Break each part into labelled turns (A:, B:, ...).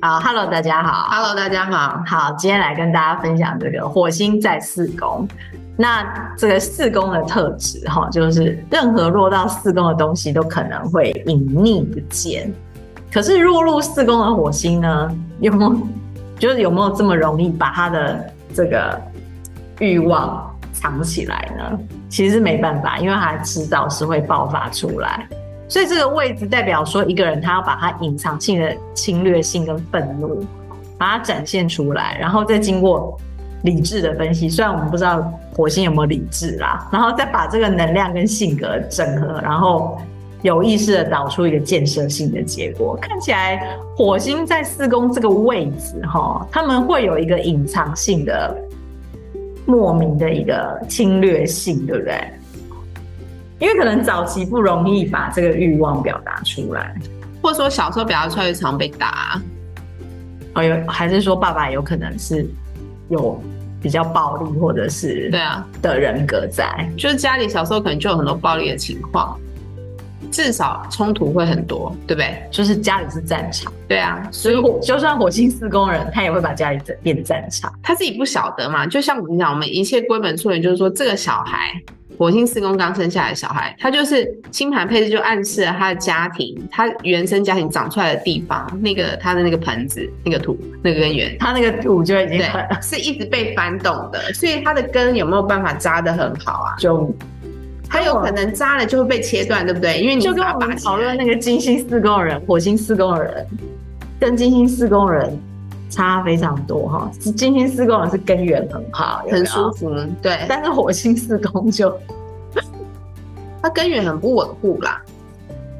A: 好，Hello，大家好。
B: Hello，大家好。
A: 好，今天来跟大家分享这个火星在四宫。那这个四宫的特质哈、就是任何落到四宫的东西都可能会隐匿不见。可是落入四宫的火星呢，有没有就是有没有这么容易把它的这个欲望藏起来呢？其实是没办法，因为它迟早是会爆发出来。所以这个位置代表说，一个人他要把他隐藏性的侵略性跟愤怒，把它展现出来，然后再经过理智的分析。虽然我们不知道火星有没有理智啦，然后再把这个能量跟性格整合，然后有意识的导出一个建设性的结果。看起来火星在四宫这个位置哈，他们会有一个隐藏性的莫名的一个侵略性，对不对？因为可能早期不容易把这个欲望表达出来，
B: 或者说小时候比较出来就常被打，啊
A: 哦，有还是说爸爸有可能是有比较暴力或者是
B: 对啊，
A: 的人格在，
B: 就是家里小时候可能就有很多暴力的情况，至少冲突会很多，对不对？
A: 就是家里是战场，
B: 对啊，
A: 所
B: 所以
A: 以
B: 我
A: 火就算火星四宫人，他也会把家里整变战场。
B: 他自己不晓得嘛，就像我们讲，我们一切归本溯源，就是说这个小孩，火星四宫刚生下来的小孩，他就是星盘配置就暗示了他的家庭，他原生家庭长出来的地方，那个他的那个盆子、那个土、那个根源，
A: 他那个土就已经
B: 对
A: 很，
B: 是一直被翻动的，所以他的根有没有办法扎得很好啊？
A: 就
B: 它有可能扎了就会被切断，对不对？因为你
A: 哦就跟
B: 把它
A: 我
B: 拔
A: 们
B: 起
A: 讨
B: 来
A: 论那个金星四宫人、火星四宫人跟金星四宫人差非常多哈。金星四宫人是根源很好，有没有
B: 很舒，服，对，
A: 啊但是火星四宫就
B: 它根源很不稳固啦。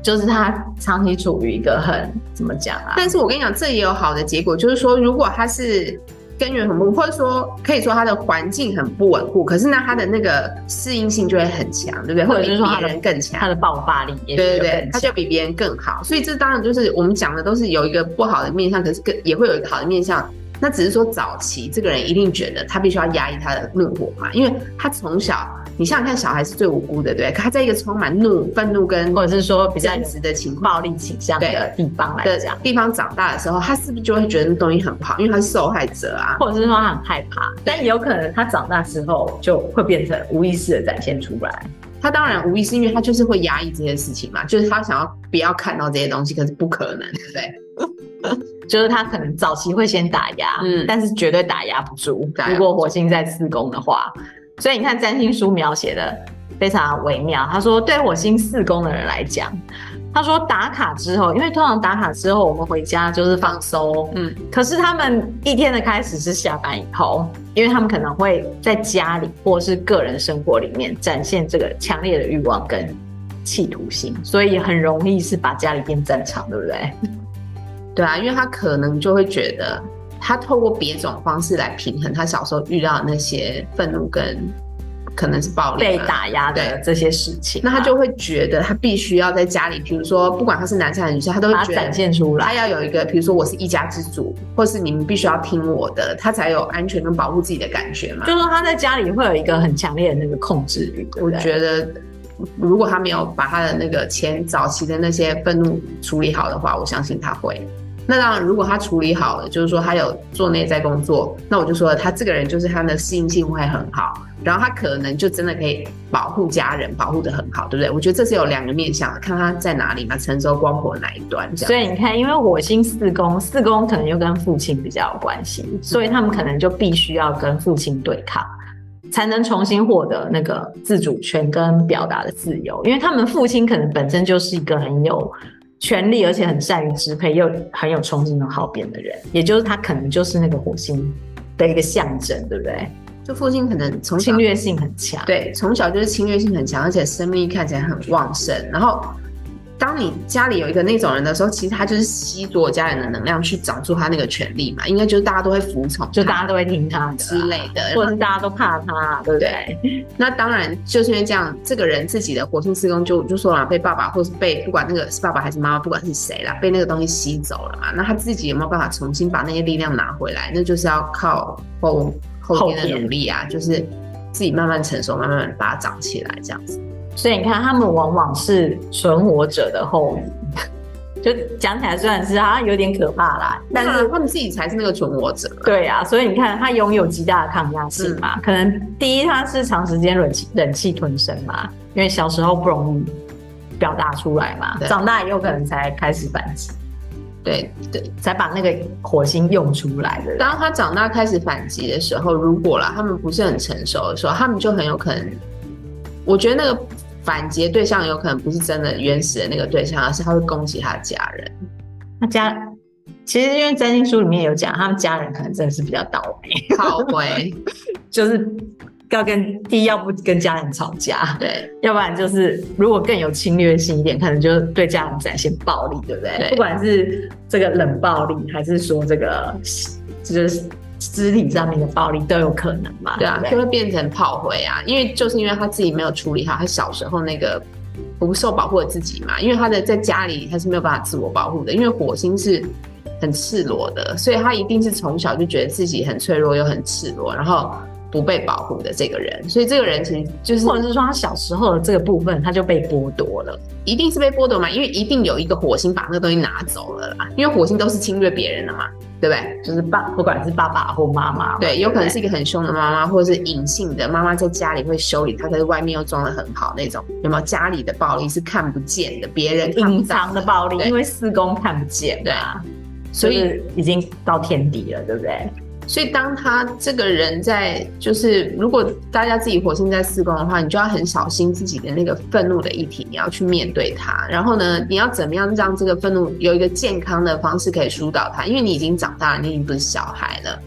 A: 就是他长期处于一个很怎么讲啊？
B: 但是我跟你讲，这也有好的结果，就是说，如果它是根源很不，或者说可以说它的环境很不稳固，可是呢，它的那个适应性就会很强，对不对？
A: 或
B: 或
A: 者
B: 者
A: 是
B: 是
A: 说
B: 说
A: 它的
B: 别人更
A: 他
B: 强。
A: 的爆发力也许
B: 对对
A: 有
B: 对
A: 更，
B: 它
A: 强
B: 就比别人更好，所以这当然就是我们讲的都是有一个不好的面相，可是更也会有一个好的面相。那只是说早期这个人一定觉得他必须要压抑他的怒火嘛，因为他从小，你想想看，小孩是最无辜的，对不对？可他在一个充满怒、愤怒跟
A: 或者是说比较
B: 争执的情况。
A: 暴力倾向的地方来
B: 的
A: 讲，
B: 地方长大的时候，他是不是就会觉得那东西很不好？因为他是受害者啊。
A: 或者是说他很害怕，但也有可能他长大之后就会变成无意识的展现出来。
B: 他当然无意识，因为他就是会压抑这些事情嘛，就是他想要不要看到这些东西，可是不可能，对不对？
A: 就是他可能早期会先打压，
B: 嗯
A: 但是绝对打压不住。
B: 打压
A: 如
B: 不住
A: 果火星在四宫的话，所以你看占星书描写的非常微妙。他说，对火星四宫的人来讲，他说打卡之后，因为通常打卡之后我们回家就是放松，
B: 嗯，
A: 可是他们一天的开始是下班以后，因为他们可能会在家里或是个人生活里面展现这个强烈的欲望跟企图心，所以很容易是把家里变战场，对不对？
B: 嗯对啊，因为他可能就会觉得，他透过别种方式来平衡他小时候遇到的那些愤怒跟可能是暴力
A: 被
B: 嘛。
A: 打压的
B: 对
A: 这些事情嘛，
B: 那他就会觉得他必须要在家里，比如说不管他是男生还是女生，他都会
A: 把它
B: 觉得
A: 展现出
B: 他
A: 来。
B: 要有一个，比如说我是一家之主，或是你们必须要听我的，他才有安全跟保护自己的感觉嘛。
A: 就说他在家里会有一个很强烈的那个控制欲，对不
B: 我
A: 对
B: 觉得，如果他没有把他的那个前早期的那些愤怒处理好的话，我相信他会。那当然，如果他处理好了，就是说他有做内在工作，那我就说了他这个人就是他的适应性会很好，然后他可能就真的可以保护家人，保护的很好，对不对？我觉得这是有两个面向的，看他在哪里嘛，成熟光谱的哪一端这样。
A: 所以你看，因为火星四宫，四宫可能又跟父亲比较有关系，所以他们可能就必须要跟父亲对抗，才能重新获得那个自主权跟表达的自由。因为他们父亲可能本身就是一个很有权力，而且很善于支配，又很有冲劲和好变的人，也就是他可能就是那个火星的一个象征，对不对？
B: 就父亲可能从小
A: 侵略性很强。
B: 对，从小就是侵略性很强，而且生命力看起来很旺盛。然后，当你家里有一个那种人的时候，其实他就是吸我家人的能量去长出他那个权利嘛，应该就是大家都会服从他，
A: 就大家都会听他的啊
B: 之类的。
A: 或者是大家都怕他，对不对？
B: 那当然就是因为这样，这个人自己的火星四宫就就说了，被爸爸或是被不管那个是爸爸还是妈妈，不管是谁啦，被那个东西吸走了嘛。那他自己有没有办法重新把那些力量拿回来？那就是要靠后后天
A: 后
B: 的
A: 天
B: 努力啊，就是自己慢慢成熟，慢慢把它长起来这样子。
A: 所以你看，他们往往是存活者的后裔， 就讲起来虽然是啊有点可怕啦，但是
B: 他们自己才是那个存活者。
A: 对啊，所以你看，它拥有极大的抗压性
B: 嗯
A: 嘛。可能第一，它是长时间忍气忍气吞声嘛，因为小时候不容易表达出来嘛，
B: 对
A: 长大以后可能才开始反击，
B: 对对，
A: 才把那个火星用出来的。
B: 当他长大开始反击的时候，如果啦他们不是很成熟的时候，他们就很有可能，我觉得那个反击的对象有可能不是真的原始的那个对象，而是他会攻击他的家人。
A: 他家其实因为占星书里面有讲，他们家人可能真的是比较倒霉，
B: 好会，
A: 就是要跟第一要不跟家人吵架，
B: 对
A: 要不然就是如果更有侵略性一点，可能就是对家人展现暴力，对不对？
B: 对
A: 不管是这个冷暴力，还是说这个就是肢体上面的暴力，都有可能嘛。
B: 对啊
A: 不，
B: 就会变成炮灰啊，因为就是因为他自己没有处理好他小时候那个不受保护的自己嘛，因为他的在家里他是没有办法自我保护的，因为火星是很赤裸的，所以他一定是从小就觉得自己很脆弱又很赤裸，然后不被保护的这个人，所以这个人其实就是
A: 或者是说他小时候的这个部分，他就被剥夺了。
B: 一定是被剥夺嘛，因为一定有一个火星把那个东西拿走了啦，因为火星都是侵略别人的嘛，对不对？
A: 就是爸，不管是爸爸或妈妈嘛，
B: 对，有可能是一个很凶的妈妈，或者是隐性的妈妈在家里会修理，她在外面又装的很好那种，有没有？家里的暴力是看不见的，别人看不
A: 隐
B: 到
A: 藏的暴力，
B: 对
A: 因为四宫看不见嘛，
B: 所以
A: 就是已经到天敌了，对不对？
B: 所以当他这个人在，就是如果大家自己火星在四宫的话，你就要很小心自己的那个愤怒的议题，你要去面对它。然后呢，你要怎么样让这个愤怒有一个健康的方式可以疏导它？因为你已经长大了，你已经不是小孩了。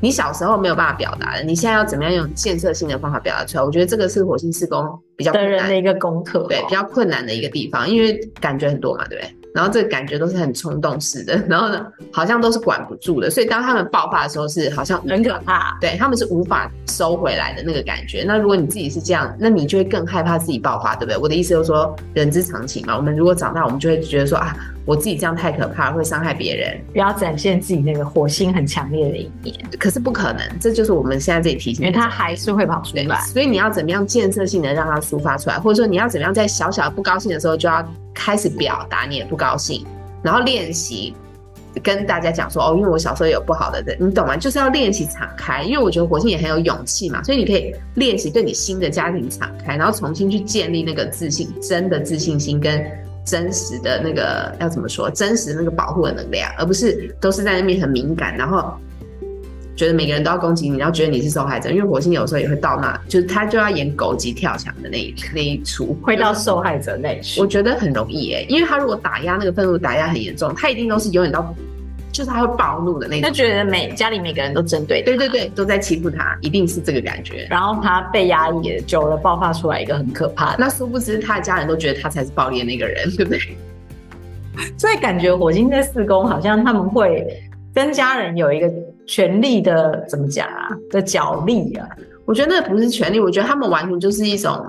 B: 你小时候没有办法表达的，你现在要怎么样用建设性的方法表达出来？我觉得这个是火星四宫比较
A: 的
B: 困难
A: 人的一个功课、哦
B: 对，比较困难的一个地方，因为感觉很多嘛，对不对？然后这个感觉都是很冲动式的， 然后呢，好像都是管不住的，所以当他们爆发的时候是好像无
A: 很可怕。
B: 对他们是无法收回来的那个感觉。那如果你自己是这样，那你就会更害怕自己爆发，对不对？我的意思就是说，人之常情嘛。我们如果长大，我们就会觉得说啊，我自己这样太可怕了，会伤害别人。
A: 不要展现自己那个火星很强烈的一面，
B: 可是不可能，这就是我们现在这里提醒
A: 因
B: 的
A: 为它还是会跑出
B: 对，
A: 来。
B: 所以你要怎么样建设性的让它抒发出来，或者说你要怎么样在小小不高兴的时候就要开始表达你也不高兴，然后练习跟大家讲说哦，因为我小时候有不好的人，你懂吗？就是要练习敞开，因为我觉得火星也很有勇气嘛，所以你可以练习对你新的家庭敞开，然后重新去建立那个自信，真的自信心跟。真实的那个要怎么说？真实的那个保护的能量，而不是都是在那边很敏感，然后觉得每个人都要攻击你，然后觉得你是受害者，因为火星有时候也会到那，就是他就要演狗急跳墙的那一那一出，
A: 会到受害者那里去
B: 我，觉得很容易耶、因为他如果打压那个愤怒打压很严重，他一定都是永远到，就是他会暴怒的那
A: 他
B: 种，
A: 觉得每家里每个人都针对他，
B: 对对对，都在欺负他，一定是这个感觉。
A: 然后他被压抑了久了，爆发出来一个很可怕的。
B: 那殊不知他的家人都觉得他才是暴力的那个人，对不对？
A: 所以感觉火星在四宫，好像他们会跟家人有一个权力的怎么讲啊的角力啊，
B: 我觉得那不是权利，我觉得他们完全就是一种，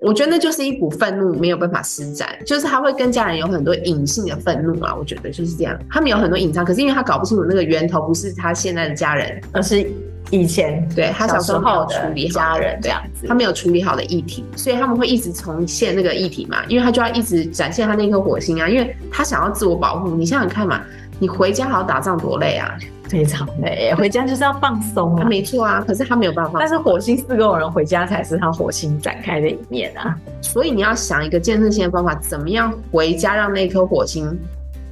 B: 我觉得那就是一股愤怒没有办法施展，就是他会跟家人有很多隐性的愤怒啊，我觉得就是这样，他们有很多隐藏，可是因为他搞不清楚那个源头不是他现在的家人，
A: 而是以前
B: 对他小时
A: 时
B: 候没有
A: 候
B: 处
A: 的
B: 理好
A: 家人这
B: 对。
A: 样子
B: 他。没有处理好的议题，所以他们会一直重现那个议题嘛，因为他就要一直展现他那颗火星啊，因为他想要自我保护。你想想看嘛，你回家还要打仗多累啊，
A: 非常累，回家就是要放松啊。
B: 没错啊，可是他没有办法
A: 但是火星四宫的人回家才是他火星展开的一面啊。
B: 所以你要想一个建设性的方法，怎么样回家让那颗火星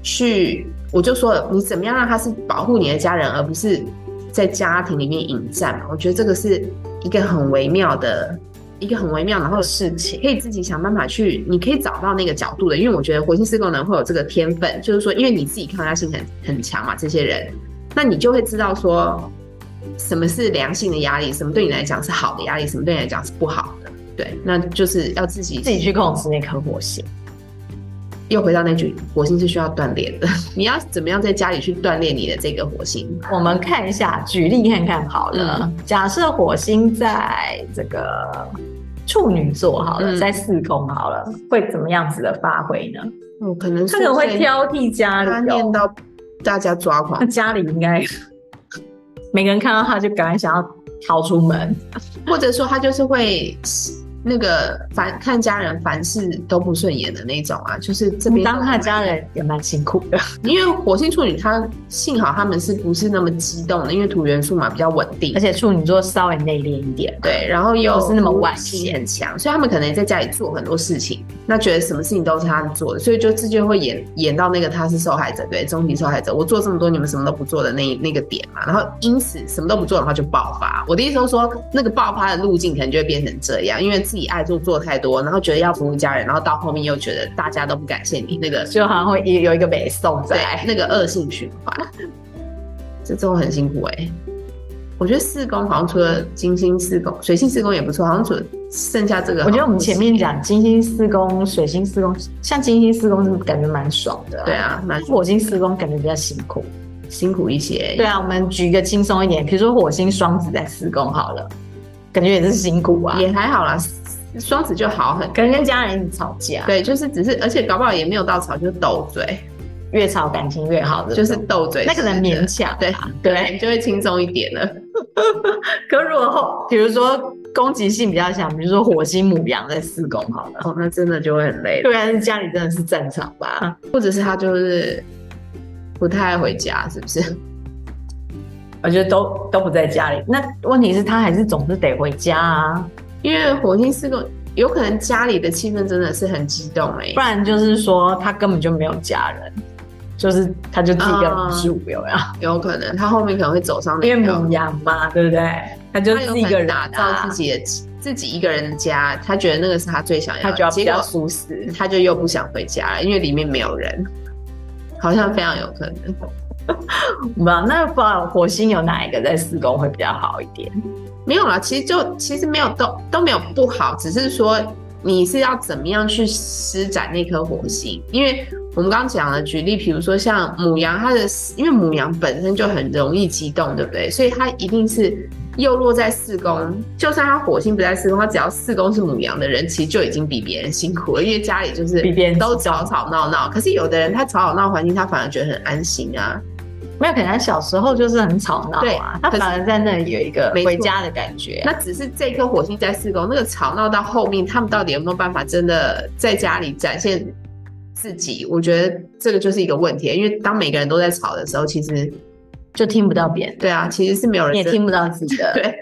B: 去，我就说了，你怎么样让它是保护你的家人，而不是在家庭里面引战嘛？我觉得这个是一个很微妙的，一个很微妙，然后
A: 事情
B: 可以自己想办法去，你可以找到那个角度的，因为我觉得火星四宫人会有这个天分，就是说，因为你自己抗压性很很强嘛，这些人，那你就会知道说，什么是良性的压力，什么对你来讲是好的压力，什么对你来讲是不好的，对，那就是要自己
A: 自己去控制那颗火星，
B: 又回到那句，火星是需要锻炼的， 你要怎么样在家里去锻炼你的这个火星？
A: 我们看一下，举例看看好了。
B: 嗯
A: 假设火星在这个处女座好了，
B: 嗯
A: 在四宫好了，会怎么样子的发挥呢？
B: 嗯，可能
A: 他可能会挑剔家
B: 他
A: 里、
B: 念
A: 哦，
B: 到大家抓狂
A: 那，家里应该每个人看到他就赶快想要逃出门，
B: 或者说他就是会那个凡看家人凡事都不顺眼的那种啊，就是嗯这
A: 你
B: 边
A: 当他的家人也蛮辛苦的，
B: 因为火星处女她幸好他们是不是那么激动的，因为土元素嘛比较稳定
A: 而，且处女座稍微内敛一点，
B: 对，然后又
A: 不是那么外
B: 性很强，所以他们可能在家里做很多事情，那觉得什么事情都是他们做的，所以就这就会演演到那个他是受害者，对，终极受害者，我做这么多你们什么都不做的那那个点嘛，然后因此什么都不做，然后就爆发。我的意思是说，那个爆发的路径可能就会变成这样，因为自己爱做做太多，然后觉得要服务家人，然后到后面又觉得大家都不感谢你，那个
A: 就好像会有有一个北宋
B: 对
A: 在。
B: 那个恶性循环，这真的很辛苦哎、我觉得四宫好像除了金星四宫、水星四宫也不错，好像除了剩下这个，
A: 我觉得我们前面讲金星四宫、水星四宫，像金星四宫是感觉蛮爽的、
B: 对，啊，蛮
A: 火星四宫感觉比较辛苦。
B: 辛苦一些。
A: 对，啊，我们举一个轻松一点，比如说火星双子在四宫好了，感觉也是辛苦啊，
B: 也还好啦，双子就好很。
A: 可能跟家人一直吵架，
B: 对，就是只是，而且搞不好也没有到吵，就是斗嘴，
A: 越吵感情越好的，
B: 就是斗嘴
A: 那
B: 式
A: 可
B: 的，
A: 能勉强。
B: 对
A: 对，
B: 就会轻松一点了。
A: 可如果后比如说攻击性比较强，比如说火星母羊在四宫好了，
B: 哦，那真的就会很累了，
A: 对啊，家里真的是战场吧？
B: 或者是他就是不太爱回家，是不是？
A: 我觉得都都不在家里，那问题是他还是总是得回家啊，
B: 因为火星四宫有可能家里的气氛真的是很激动哎、
A: 不然就是说他根本就没有家人，就是他就自己一个人住，有没有？
B: 有可能他后面可能会走上那
A: 因为
B: 条
A: 母，羊嘛，对不对？他就
B: 他有
A: 自己
B: 可
A: 一个
B: 能
A: 人
B: 打
A: 啊
B: 造自，己的自己一个人的家，他觉得那个是他最想要的，
A: 他就要比
B: 结
A: 较
B: 果
A: 舒适。
B: 他就又不想回家了，因为里面没有人，好像非常有可能。
A: 不，那不然火星有哪一个在四宫会比较好一点？
B: 没有啦，其实就其实没有都都没有
A: 嗯
B: 不好，只是说你是要怎么样去施展那颗火星，因为我们刚刚讲了，举例，比如说像母羊，它的因为母羊本身就很容易激动，对不对？所以它一定是又落在四宫，就算它火星不在四宫，它只要四宫是母羊的人，其实就已经比别人辛苦了，因为家里就是
A: 比别人
B: 都
A: 激动
B: 吵吵闹闹。可是有的人他吵吵闹环境，他反而觉得很安心啊。
A: 没有，可能他小时候就是很吵闹
B: 对
A: 啊，他
B: 可是
A: 反而在那里有一个
B: 没错
A: 回家的感觉。
B: 那只是这颗火星在四宫，那个吵闹到后面，他们到底有没有办法真的在家里展现自己？我觉得这个就是一个问题，因为当每个人都在吵的时候，其实
A: 就听不到别人，
B: 对啊，其实是没有人
A: 你也
B: 真
A: 听不到自己的，
B: 对，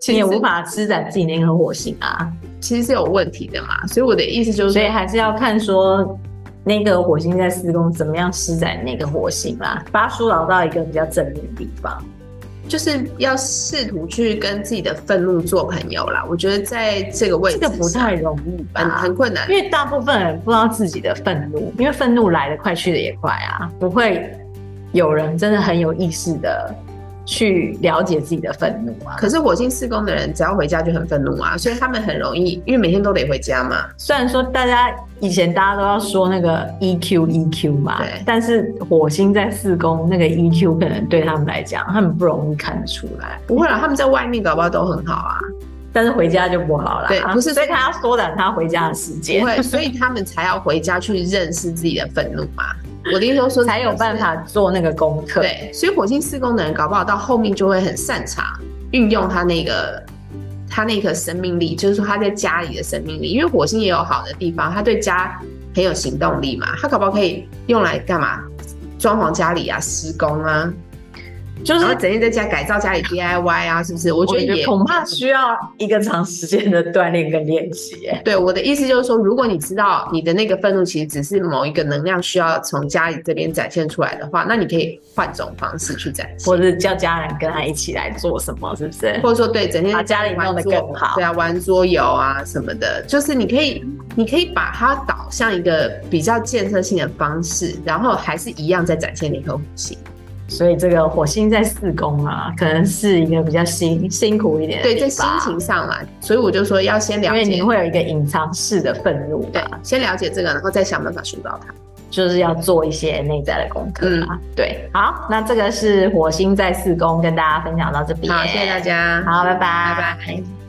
B: 其
A: 你也
B: 实
A: 无法施展自己那颗火星啊。
B: 其实是有问题的嘛。所以我的意思就是
A: 所以
B: 说，
A: 还是要看说那个火星在四宫怎么样施展那个火星啊啦，把它疏导到一个比较正面的地方。
B: 就是要试图去跟自己的愤怒做朋友啦。我觉得在这个位
A: 这
B: 置
A: 个不
B: 上
A: 太容易
B: 很
A: 吧？
B: 很困难
A: 因。为大部分人不知道自己的愤怒，因为愤怒来得快，去得也快啊，不会有人真的很有意识的去了解自己的愤怒啊。
B: 可是火星四宫的人，只要回家就很愤怒啊，所以他们很容易，因为每天都得回家嘛。
A: 虽然说大家以前大家都要说那个 E EQ EQ 嘛
B: 对，
A: 但是火星在四宫，那个 EQ 可能对他们来讲，他们不容易看得出来，
B: 不会啦，他们在外面搞不好都很好啊。
A: 但是回家就不好了。
B: 对不是
A: 所以他要缩短他回家的时间
B: 不，会，所以他们才要回家去认识自己的愤怒嘛。我的意思就是说，
A: 才有办法做那个功课。
B: 对。所以火星四宫的人，搞不好到后面就会很擅长运用他那个他那个生命力，就是说他在家里的生命力，因为火星也有好的地方，他对家很有行动力嘛，他搞不好可以用来干嘛？装潢家里啊，施工啊，
A: 就
B: 然
A: 是
B: 后整天在家改造家里 DIY 啊，是不是？我
A: 我
B: 觉得也
A: 恐怕需要一个长时间的锻炼跟练习。哎
B: 对，我的意思就是说，如果你知道你的那个愤怒其实只是某一个能量需要从家里这边展现出来的话，那你可以换种方式去展现，
A: 或者叫家人跟他一起来做什么，是不是？
B: 或者说对整天
A: 把家里
B: 玩
A: 弄得
B: 桌
A: 更好
B: 对啊，玩桌游啊什么的，就是你可以，你可以把它导向一个比较建设性的方式，然后还是一样在展现你的火星。
A: 所以这个火星在四宫啊，可能是一个比较辛辛苦一点的
B: 对，
A: 地
B: 在心
A: 方
B: 情上啦，所以我就说要先了
A: 因为你
B: 解，
A: 会有一个隐藏式的愤怒
B: 对
A: 吧，，
B: 先了解这个，然后再想办法疏导它。
A: 就是要做一些内在的功课
B: 嗯
A: 啊。对，好，那这个是火星在四宫，跟大家分享到这边。
B: 好，谢谢大，家，
A: 好，拜拜，
B: 拜拜。